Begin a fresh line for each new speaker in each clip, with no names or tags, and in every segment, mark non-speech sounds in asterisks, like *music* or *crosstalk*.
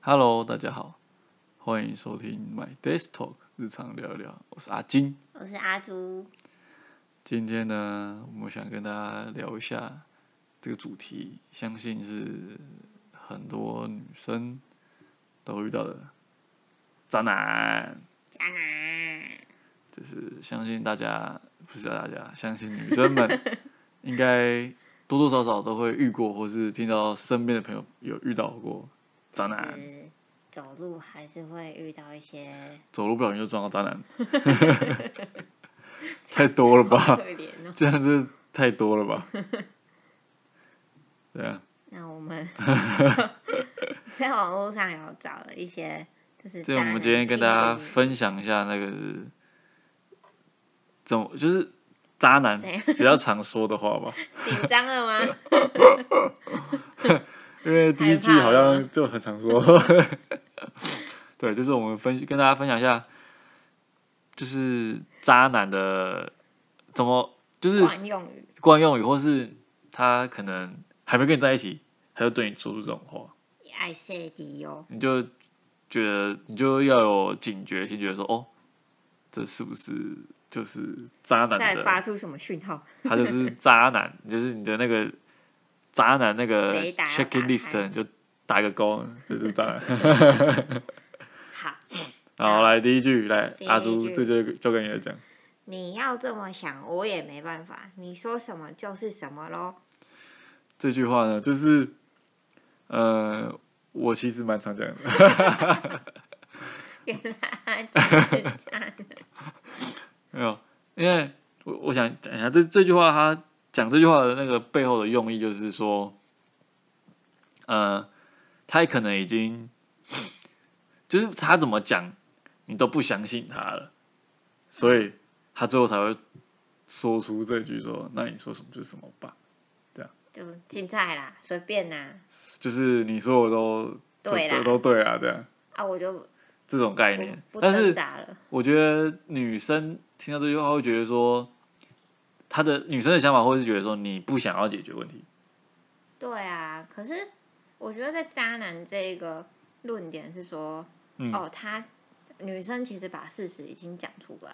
Hello，大家好，欢迎收听 My Desk Talk 日常聊一聊，我是阿金。
我是阿朱，
今天呢，我们想跟大家聊一下这个主题，相信是很多女生都遇到的渣男，
渣男，
就是相信大家不是大家，相信女生们应该多多少少都会遇过，或是听到身边的朋友有遇到过渣男，
是走路还是会遇到一些
走路不小心就撞到渣
*laughs*
男，太多了吧
*laughs* 可？怜哦。
这样子太多了
*laughs*
吧？对啊，
那我们
*laughs*
在网络上有找了一些，就是
这
渣
我
男
们今天跟
禁
大家
忌
分享一下那个是怎么就是渣男
怎样
比较常说的话吧，
*laughs* 紧张了吗？
因为第一句
害怕
好
了
像就很常说。
哦
*laughs* 对，就是我们分跟大家分享一下，就是渣男的怎么就是
惯用语，
惯用语，或是他可能还没跟你在一起，他就对你说出这种话。
爱 say 的哟，
你就觉得你就要有警觉性，觉得说哦，这是不是就是渣男
再发
的？
出什么讯号？
*laughs* 他就是渣男，就是你的那个渣男那个
雷达要
checking
打
list
开
你就打个勾，这就是渣男。
*laughs* 好，
然后来第一句，来
第一
阿朱，
句
这就交给你来讲。
你要这么想，我也没办法，你说什么就是什么喽。
这句话呢，就是呃，我其实蛮常讲的，
*laughs* 原来他就是这样，
没有，因为我我想讲一下这这句话，他讲这句话的那个背后的用意就是说，呃，他可能已经， *coughs* 就是他怎么讲，你都不相信他了，所以他最后才会说出这句说，那你说什么就是什么吧，
就竞赛啦，随便啦，
就是你说我都
对
都
啦，
都对啊，这样
啊，我就
这种概
不
念，
不
但
挣
是
扎了，
我觉得女生听到这句话会觉得说，她的女生的想法会是觉得说你不想要解决问题，
对啊，可是我觉得在渣男这一个论点是说，
嗯
哦，他女生其实把事实已经讲出来，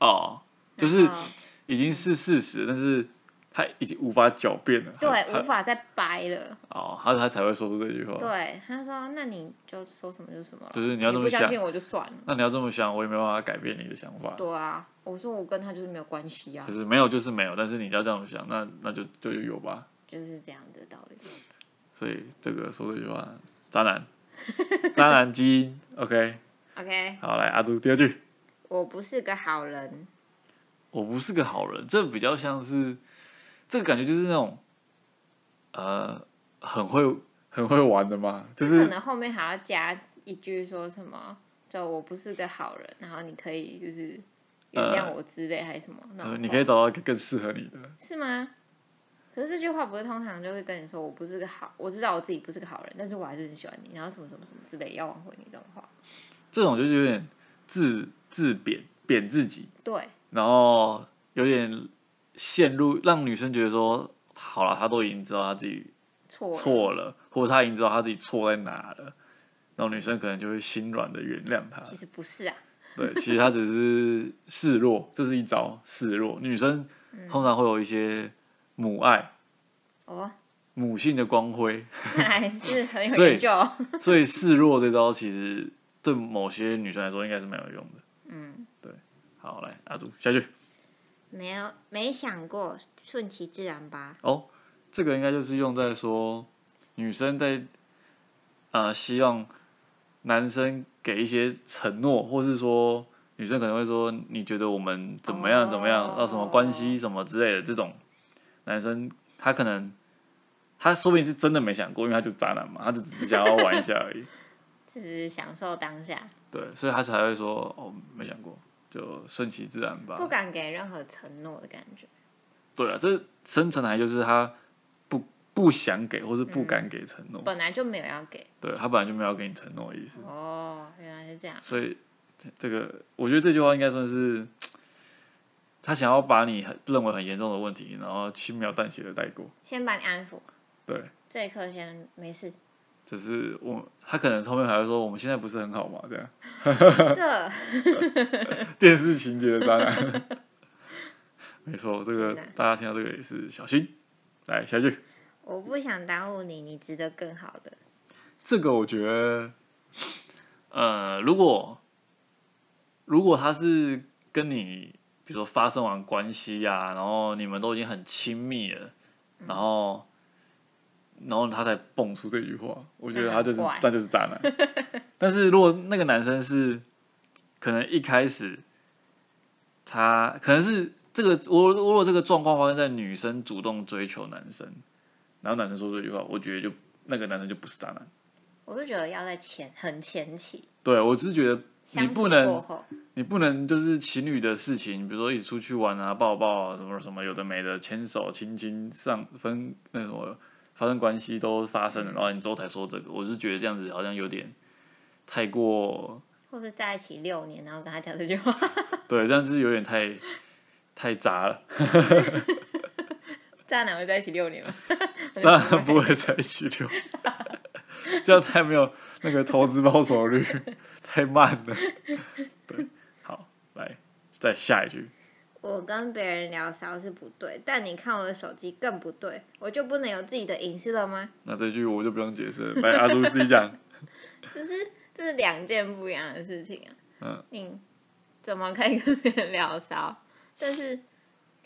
哦，就
然
是
后
已经是事实，但是她已经无法狡辩了，
对
她
无法再掰了。
她哦，她她才会说出这句话，
对，他说：“那你就说什么就什么了，
哦就是你要这么
不相
想，
信我就算了。
那你要这么想，我也没办法改变你的想”法，
对啊，我说我跟他就是没有关系啊
就，是没有就是没有，但是你要这样想，那那就就有吧，
就是这样的道理。
所以这个说这句话，渣
*laughs*
男，渣男基因，OK，
OK，
好来阿朱第二句。
我不是个好人，
我不是个好人，这比较像是，这个感觉就是那种，呃，很会很会玩的嘛，就
可
是
能后面还要加一句说什么，就我不是个好人，然后你可以就是原谅
呃
我之类还是什么那种
呃，
话。
你可以找到一个更适合你的，
是吗？可是这句话不是通常就会跟你说我不是个好，我知道我自己不是个好人，但是我还是很喜欢你，然后什么什么什么之类要挽回你这种话。
这种就是有点自自贬贬自己，
对
然后有点陷入让女生觉得说，好了，她都已经知道她自己
错了
错了，或者她已经知道她自己错在哪了，然后女生可能就会心软的原谅她。
其实不是啊，
对，其实他只是示弱，这是一招示弱。女生
嗯
通常会有一些母爱、
哦， *laughs*
母性的光辉， *laughs*
看来是很有
所以
研究哦。
*laughs* 所以示弱这招其实对某些女生来说应该是蛮有用的。
嗯，
好，来阿祖下去
没有没想过，顺其自然吧。
哦，这个应该就是用在说女生在呃希望男生给一些承诺，或是说女生可能会说你觉得我们怎么样怎么样，到什么关系什么之类的这种，男生他可能他说不定是真的没想过，因为他就渣男嘛，他就只是想要玩一下而已，
只是享受当下，
对，所以他才会说哦没想过，就顺其自然吧
不。敢给任何承诺的感觉。
对啊，这深层来就是他不不想给或是
嗯
不敢给承诺，
本来就没有要给
对他本来就没有给你承诺的意思，
哦，原来是这样。
所以这这个我觉得这句话应该算是他想要把你很认为很严重的问题，然后轻描淡写的带过，
先把你安抚，
对 *laughs*
这一刻先没事，
只是我他可能后面还会说我们现在不是很好嘛，这样
这
电视情节的渣男。 *laughs* 没错，这个
天哪
大家听到这个也是小心。来下一句，
我不想耽误你，你值得更好的。
这个我觉得，呃，如果如果他是跟你，比如说发生完关系呀、然后你们都已经很亲密了，然后然后他才蹦出这句话，我觉得他就是
那很怪
那就是渣男。但是如果那个男生是可能一开始他可能是这个，我如果这个状况发生在女生主动追求男生，然后男生说这句话，我觉得就那个男生就不是渣男。
我是觉得要在前很前期，
对我只是觉得你
相处
不
过
能
后，
你不能就是情侣的事情，比如说一起出去玩啊、抱抱啊、什么什么，有的没的，牵手、亲亲、上分那什么发生关系都发生了，然后你之后才说这个，我是觉得这样子好像有点太过，
或是在一起六年，然后跟他讲这句话，
对，这样就是有点太太杂了，
渣男会在一起六年吗？ *laughs* 我觉
当
得
然不会在一起留，这样太没有那个投资报酬率， *laughs* 太慢了。对，好，来再下一句，
我跟别人聊骚是不对，但你看我的手机更不对，我就不能有自己的隐私了吗？ *laughs*
那这句我就不用解释了，来阿朱自己讲。
这是这是两件不一样的事情啊。
嗯，
你怎么可以跟别人聊骚？ *laughs* 但是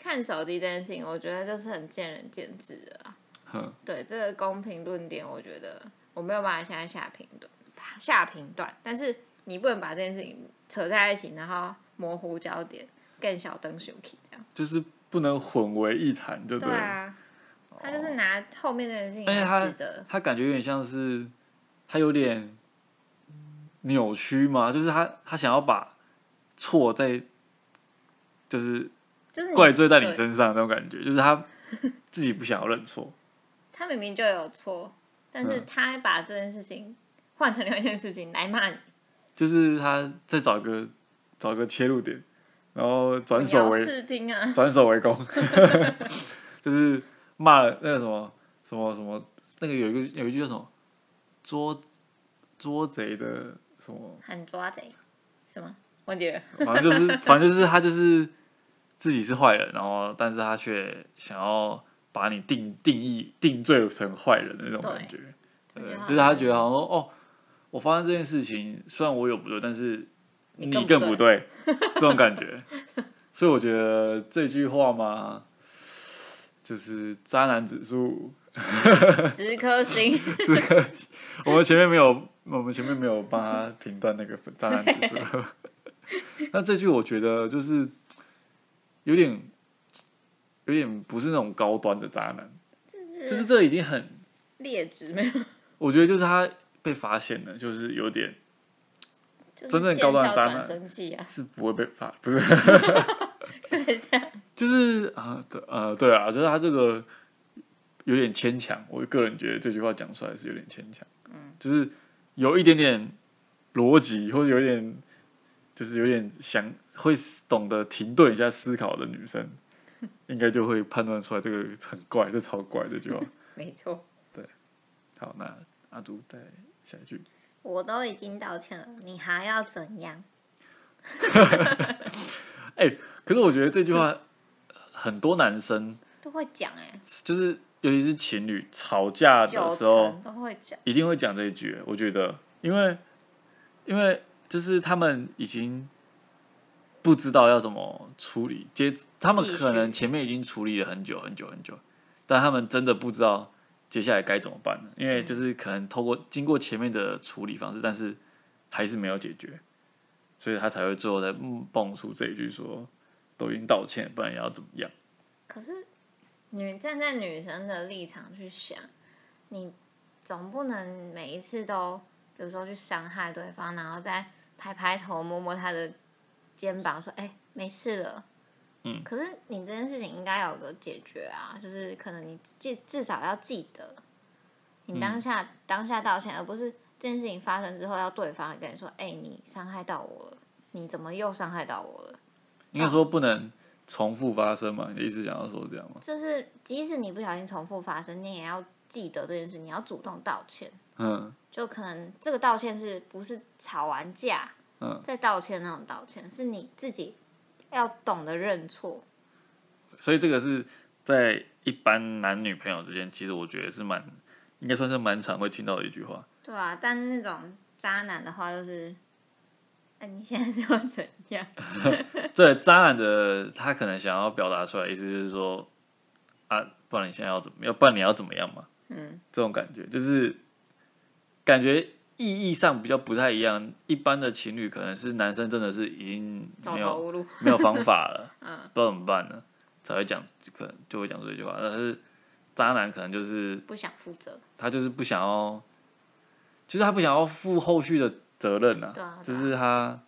看手机这件事情，我觉得就是很见仁见智的啊。
哼
对这个公平论点，我觉得我没有办法现在下评论下评断，但是你不能把这件事情扯在一起，然后模糊焦点，更小灯熊 k 这样。
就是不能混为一谈，就
对
了。
啊，他就是拿后面这件事情
哦而且
来
他
指责。
他感觉有点像是他有点扭曲嘛，就是他他想要把错在就是
就是你
怪罪在你
对
身上那种感觉，就是他自己不想要认错。
他明明就有错，但是
嗯
他把这件事情换成另外一件事情来骂你，
就是他再找个找个切入点，然后转
你
手
要
为
试听啊，
转手为攻， *laughs* 就是骂了那个什么什么什么，那个有一个有一句叫什么捉捉贼的什么，
很抓贼，什么？忘记了，
反正就是反正就是他就是自己是坏人，然后但是他却想要把你定定义定罪成坏人的那种感觉，
对
对
这句，话
就是他觉得好像说哦，我发生这件事情，虽然我有不对，但是
你
你
更不
更不对，
*laughs*
这种感觉。所以我觉得这句话嘛，就是渣男指数
十颗 *laughs* 星，
是个，我们前面没有，我们前面没有帮他评断那个分渣男指数。 *laughs* 那这句我觉得就是有点，有点不是那种高端的渣男，就是这已经很
劣质没有，
我觉得就是他被发现了，就是有点
就是
真正
见
高端的
笑
渣
转
男
生气啊，
是不会被发，不是，
这样
*laughs* 就是啊、对呃，对啊，就是他这个有点牵强，我个人觉得这句话讲出来是有点牵强，
嗯，
就是有一点点逻辑，或者有点就是有点想会懂得停顿一下思考的女生，应该就会判断出来这个很怪，这超怪这句 *laughs* 话。
*laughs* 没错，
好，那阿朱再下一句。
我都已经道歉了，你还要怎样？
可是我觉得这句话很多男生
都会讲哎、
就是尤其是情侣吵架
九
的时候
成，都会讲，
一定会讲这一句，我觉得，因为因为就是他们已经不知道要怎么处理，接他们
继续
可能前面已经处理了很久很久很久，但他们真的不知道接下来该怎么办了，因
嗯
为就是可能透过经过前面的处理方式，但是还是没有解决，所以他才会最后再嗯蹦出这一句说都已经道歉，不然要怎么样？
可是女站在女生的立场去想，你总不能每一次都，比如说去伤害对方，然后再拍拍头、摸摸他的肩膀，说：“哎、没事了。”
嗯
可是你这件事情应该有个解决啊，就是可能你至至少要记得，你当下、当下道歉，而不是这件事情发生之后要对方跟你说：“哎、你伤害到我了，你怎么又伤害到我了？”
应该说不能重复发生嘛？你的意思想要说这样吗？
就是即使你不小心重复发生，你也要记得这件事，你要主动道歉，
嗯
就可能这个道歉是不是吵完架
嗯，
再道歉那种道歉，是你自己要懂得认错。
所以这个是在一般男女朋友之间，其实我觉得是蛮，应该算是蛮常会听到的一句话。
对啊，但那种渣男的话就是，哎、你现在是要怎样？
这渣男的他可能想要表达出来，意思就是说，啊，不然你现在要怎么样？不然你要怎么样嘛？
嗯，
这种感觉就是感觉意义上比较不太一样。一般的情侣可能是男生真的是已经
走
没
投
有
无路。
没有方法了， *laughs*
嗯，
不知道怎么办呢，才会讲可能就会讲这句话。但是渣男可能就是
不想负责。
他就是不想要，就是他不想要负后续的责任啊，
对啊，
就
对啊嗯
是他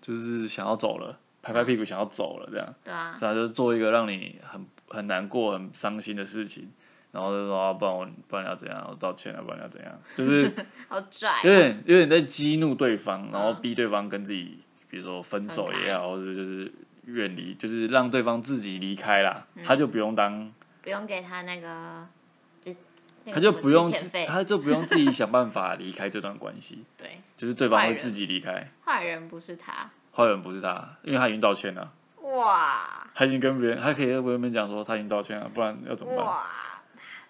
就是想要走了，拍拍屁股想要走了这样。
对啊，
是啊，就是做一个让你很很难过、很伤心的事情，然后就说、啊、不然我不然要怎样，我道歉啊，不然要怎样，就是啊
*laughs* 好拽
有
哦、
点有点在激怒对方，然后
嗯
逼对方跟自己，比如说分手
分开
也好，或者就是远离，就是让对方自己离开啦，
嗯
他就不用当，
不用给他那个，之那个
他就
什么
不用
之
自
前费。
他就不用自己想办法离开这段关系，
对，
就是对方
坏
会
人
自己离开，
坏人不是他。
坏人不是他，因为他已经道歉了，
哇
他已经跟别人，他可以跟别人讲说他已经道歉了，不然要怎么办？
哇，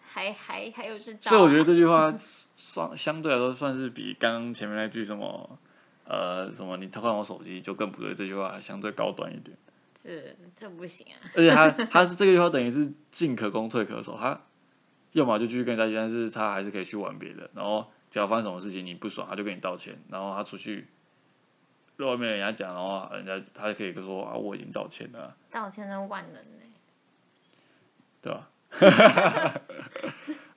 还还还有这招啊、
所以我觉得这句话算 *laughs* 相对来说算是比刚刚前面那句什么呃什么你偷看我手机就更不对这句话相对高端一点，
啊这这不行啊。
而且他他是这句话等于是进可攻退可守，他要么就继续跟你在一起，但是他还是可以去玩别的，然后只要发生什么事情你不爽，他就跟你道歉，然后他出去跟外面人家讲，然后人家他就可以说啊我已经道歉了啊，
道歉真万能欸呢、
对吧？ *laughs*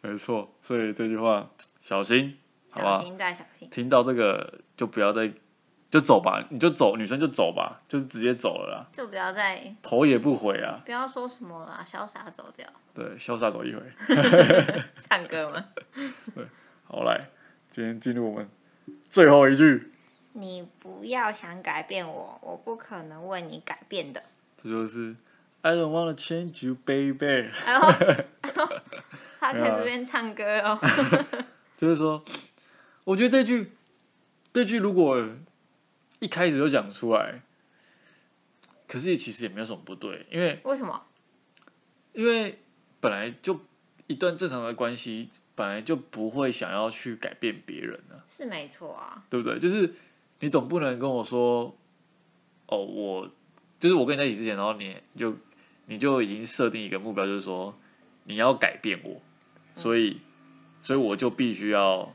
没错，所以这句话小心，好吧
小？心再小心。
听到这个就不要再就走吧，你就走，女生就走吧，就是直接走了啦，
就不要再
头也不回啊，
不要说什么啦，潇洒走掉，
对，潇洒走一回。
唱歌吗？
好来，今天进入我们最后一句，
你不要想改变我，我不可能为你改变的。
这就是 I don't wanna change you, baby， *laughs*
然后，然后他
没
在
有啊
这边唱歌哦，
就是说，我觉得这句这句如果一开始就讲出来，可是其实也没有什么不对，因为
为什么？
因为本来就一段正常的关系，本来就不会想要去改变别人啊。
是没错啊，
对不对？就是你总不能跟我说，哦，我就是我跟你在一起之前，然后你就你就已经设定一个目标，就是说你要改变我，所以所以我就必须要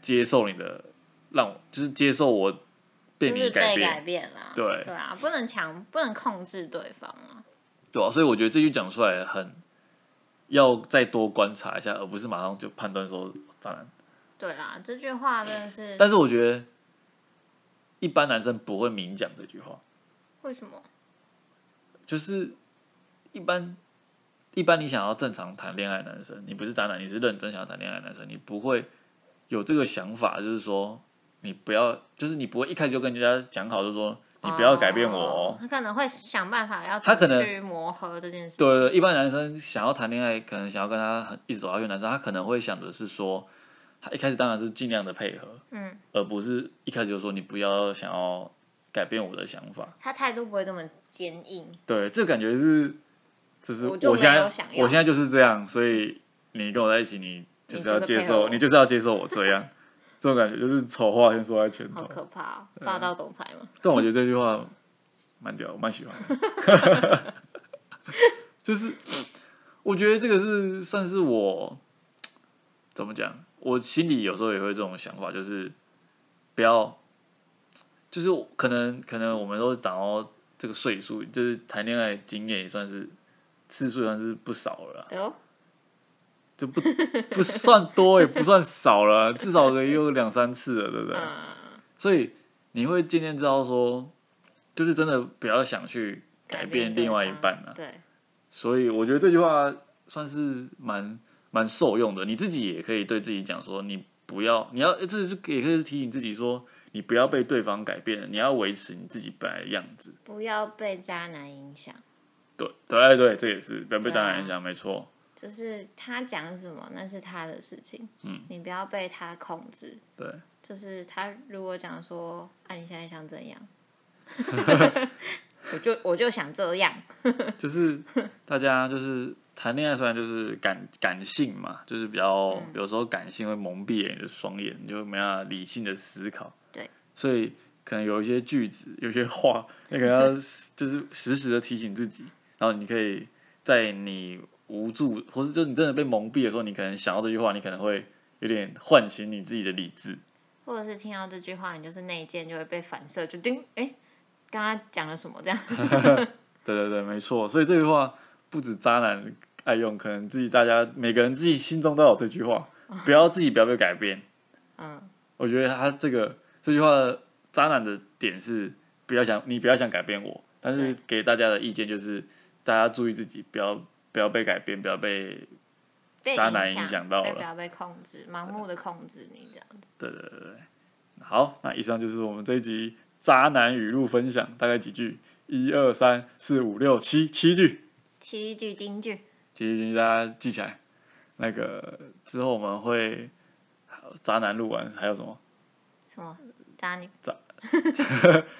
接受你的，让我就是接受我被
就是
你
被
改
改
变，
变啦。
对
对啊，不能强，不能控制对方啊。
对啊？所以我觉得这句讲出来很要再多观察一下，而不是马上就判断说哦渣男。
对啦，这句话真的是
但是我觉得一般男生不会明讲这句话。
为什么？
就是一般一般你想要正常谈恋爱的男生，你不是渣男，你是认真想要谈恋爱的男生，你不会有这个想法，就是说你不要，就是你不会一开始就跟人家讲好，就是说你不要改变我、哦。
哦他可能会想办法要
他可能
去磨合这件事情。
对对，一般男生想要谈恋爱，可能想要跟他很一直走下去，男生他可能会想的是说，他一开始当然是尽量的配合，
嗯，
而不是一开始就说你不要想要改变我的想法。
他态度不会这么坚硬。
对，这感觉是，就是
我就
现
没
在
有想要
我现在就是这样，所以你跟我在一起，你就是要
你就是
接
配合
受，
我
你就是要接受我这样， *laughs* 这种感觉就是丑话先说在前
好
头。
可怕、哦，
对啊
霸道总裁嘛。
但我觉得这句话蛮屌，我蛮喜欢的。就是我觉得这个是算是我怎么讲，我心里有时候也会这种想法，就是不要，就是我可能可能我们都长到这个岁数，就是谈恋爱经验也算是次数也算是不少了啦，啊
哎呦，
就不不算多也不算少了，啊至少也有两三次了，对不对？
嗯，
所以你会渐渐知道说，就是真的不要想去改变另外一半啊。
对，
所以我觉得这句话算是蛮蛮受用的，你自己也可以对自己讲说，你不要，你要这是也可以提醒自己说，你不要被对方改变了，你要维持你自己本来的样子。
不要被渣男影响。
对对对，这也是不要被
对啊
渣男影响，没错。
就是他讲什么那是他的事情，
嗯，
你不要被他控制。
对，
就是他如果讲说，啊，你现在
*laughs*
想怎样，我就我就想这样， *laughs*
就是大家就是谈恋爱，虽然就是感感性嘛，就是比较、
嗯
有时候感性会蒙蔽了你的双眼，你就没办法理性的思考。
对，
所以可能有一些句子、有些话，那个要 *laughs* 就是时时的提醒自己，然后你可以在你无助，或是就你真的被蒙蔽的时候，你可能想到这句话，你可能会有点唤醒你自己的理智。
或者是听到这句话，你就是内建就会被反射，就叮，哎、刚刚讲了什么
*laughs*
这样？
对对对，没错。所以这句话不止渣男爱用，可能自己大家每个人自己心中都有这句话，不要自己不要被改变。
嗯，
我觉得他这个这句话的渣男的点是不要想你不要想改变我，但是给大家的意见就是大家注意自己，不要不要被改变，不要被
被
渣男影
影
响到
被
了
不要被控制，盲目的控制你这样子。
对对对对。好，那以上就是我们这一集渣男语录分享，大概几句，一二三四五六七七句。
七句金句，
其实大家记起来，那个之后我们会渣男录完还有什么
什么渣女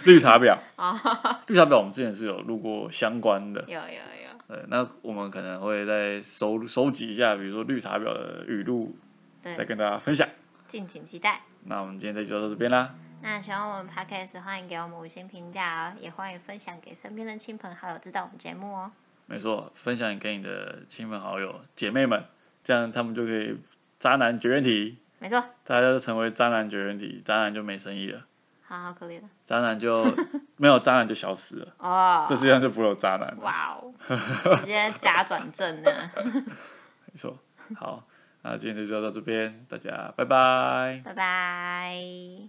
绿茶婊？
哦， *laughs*
绿茶婊我们之前是有录过相关的，
有有有，
对，那我们可能会再收收集一下，比如说绿茶婊的语录，再
对，
跟大家分享。
敬请期待。
那我们今天这集就到这边啦，
那喜欢我们 podcast，欢迎给我们五星评价哦，也欢迎分享给身边的亲朋好友知道我们节目哦。
没错，分享给你的亲朋好友、姐妹们，这样他们就可以渣男绝缘体，
没错，
大家都成为渣男绝缘体，渣男就没生意了，
好好可怜啊的
渣男就 *laughs* 没有渣男就消失了，
哦。
这世界上就不会有渣男了。
哇哦，直接假转
*laughs*
正啊！
没错。好，那今天就到这边，大家拜拜。
拜拜。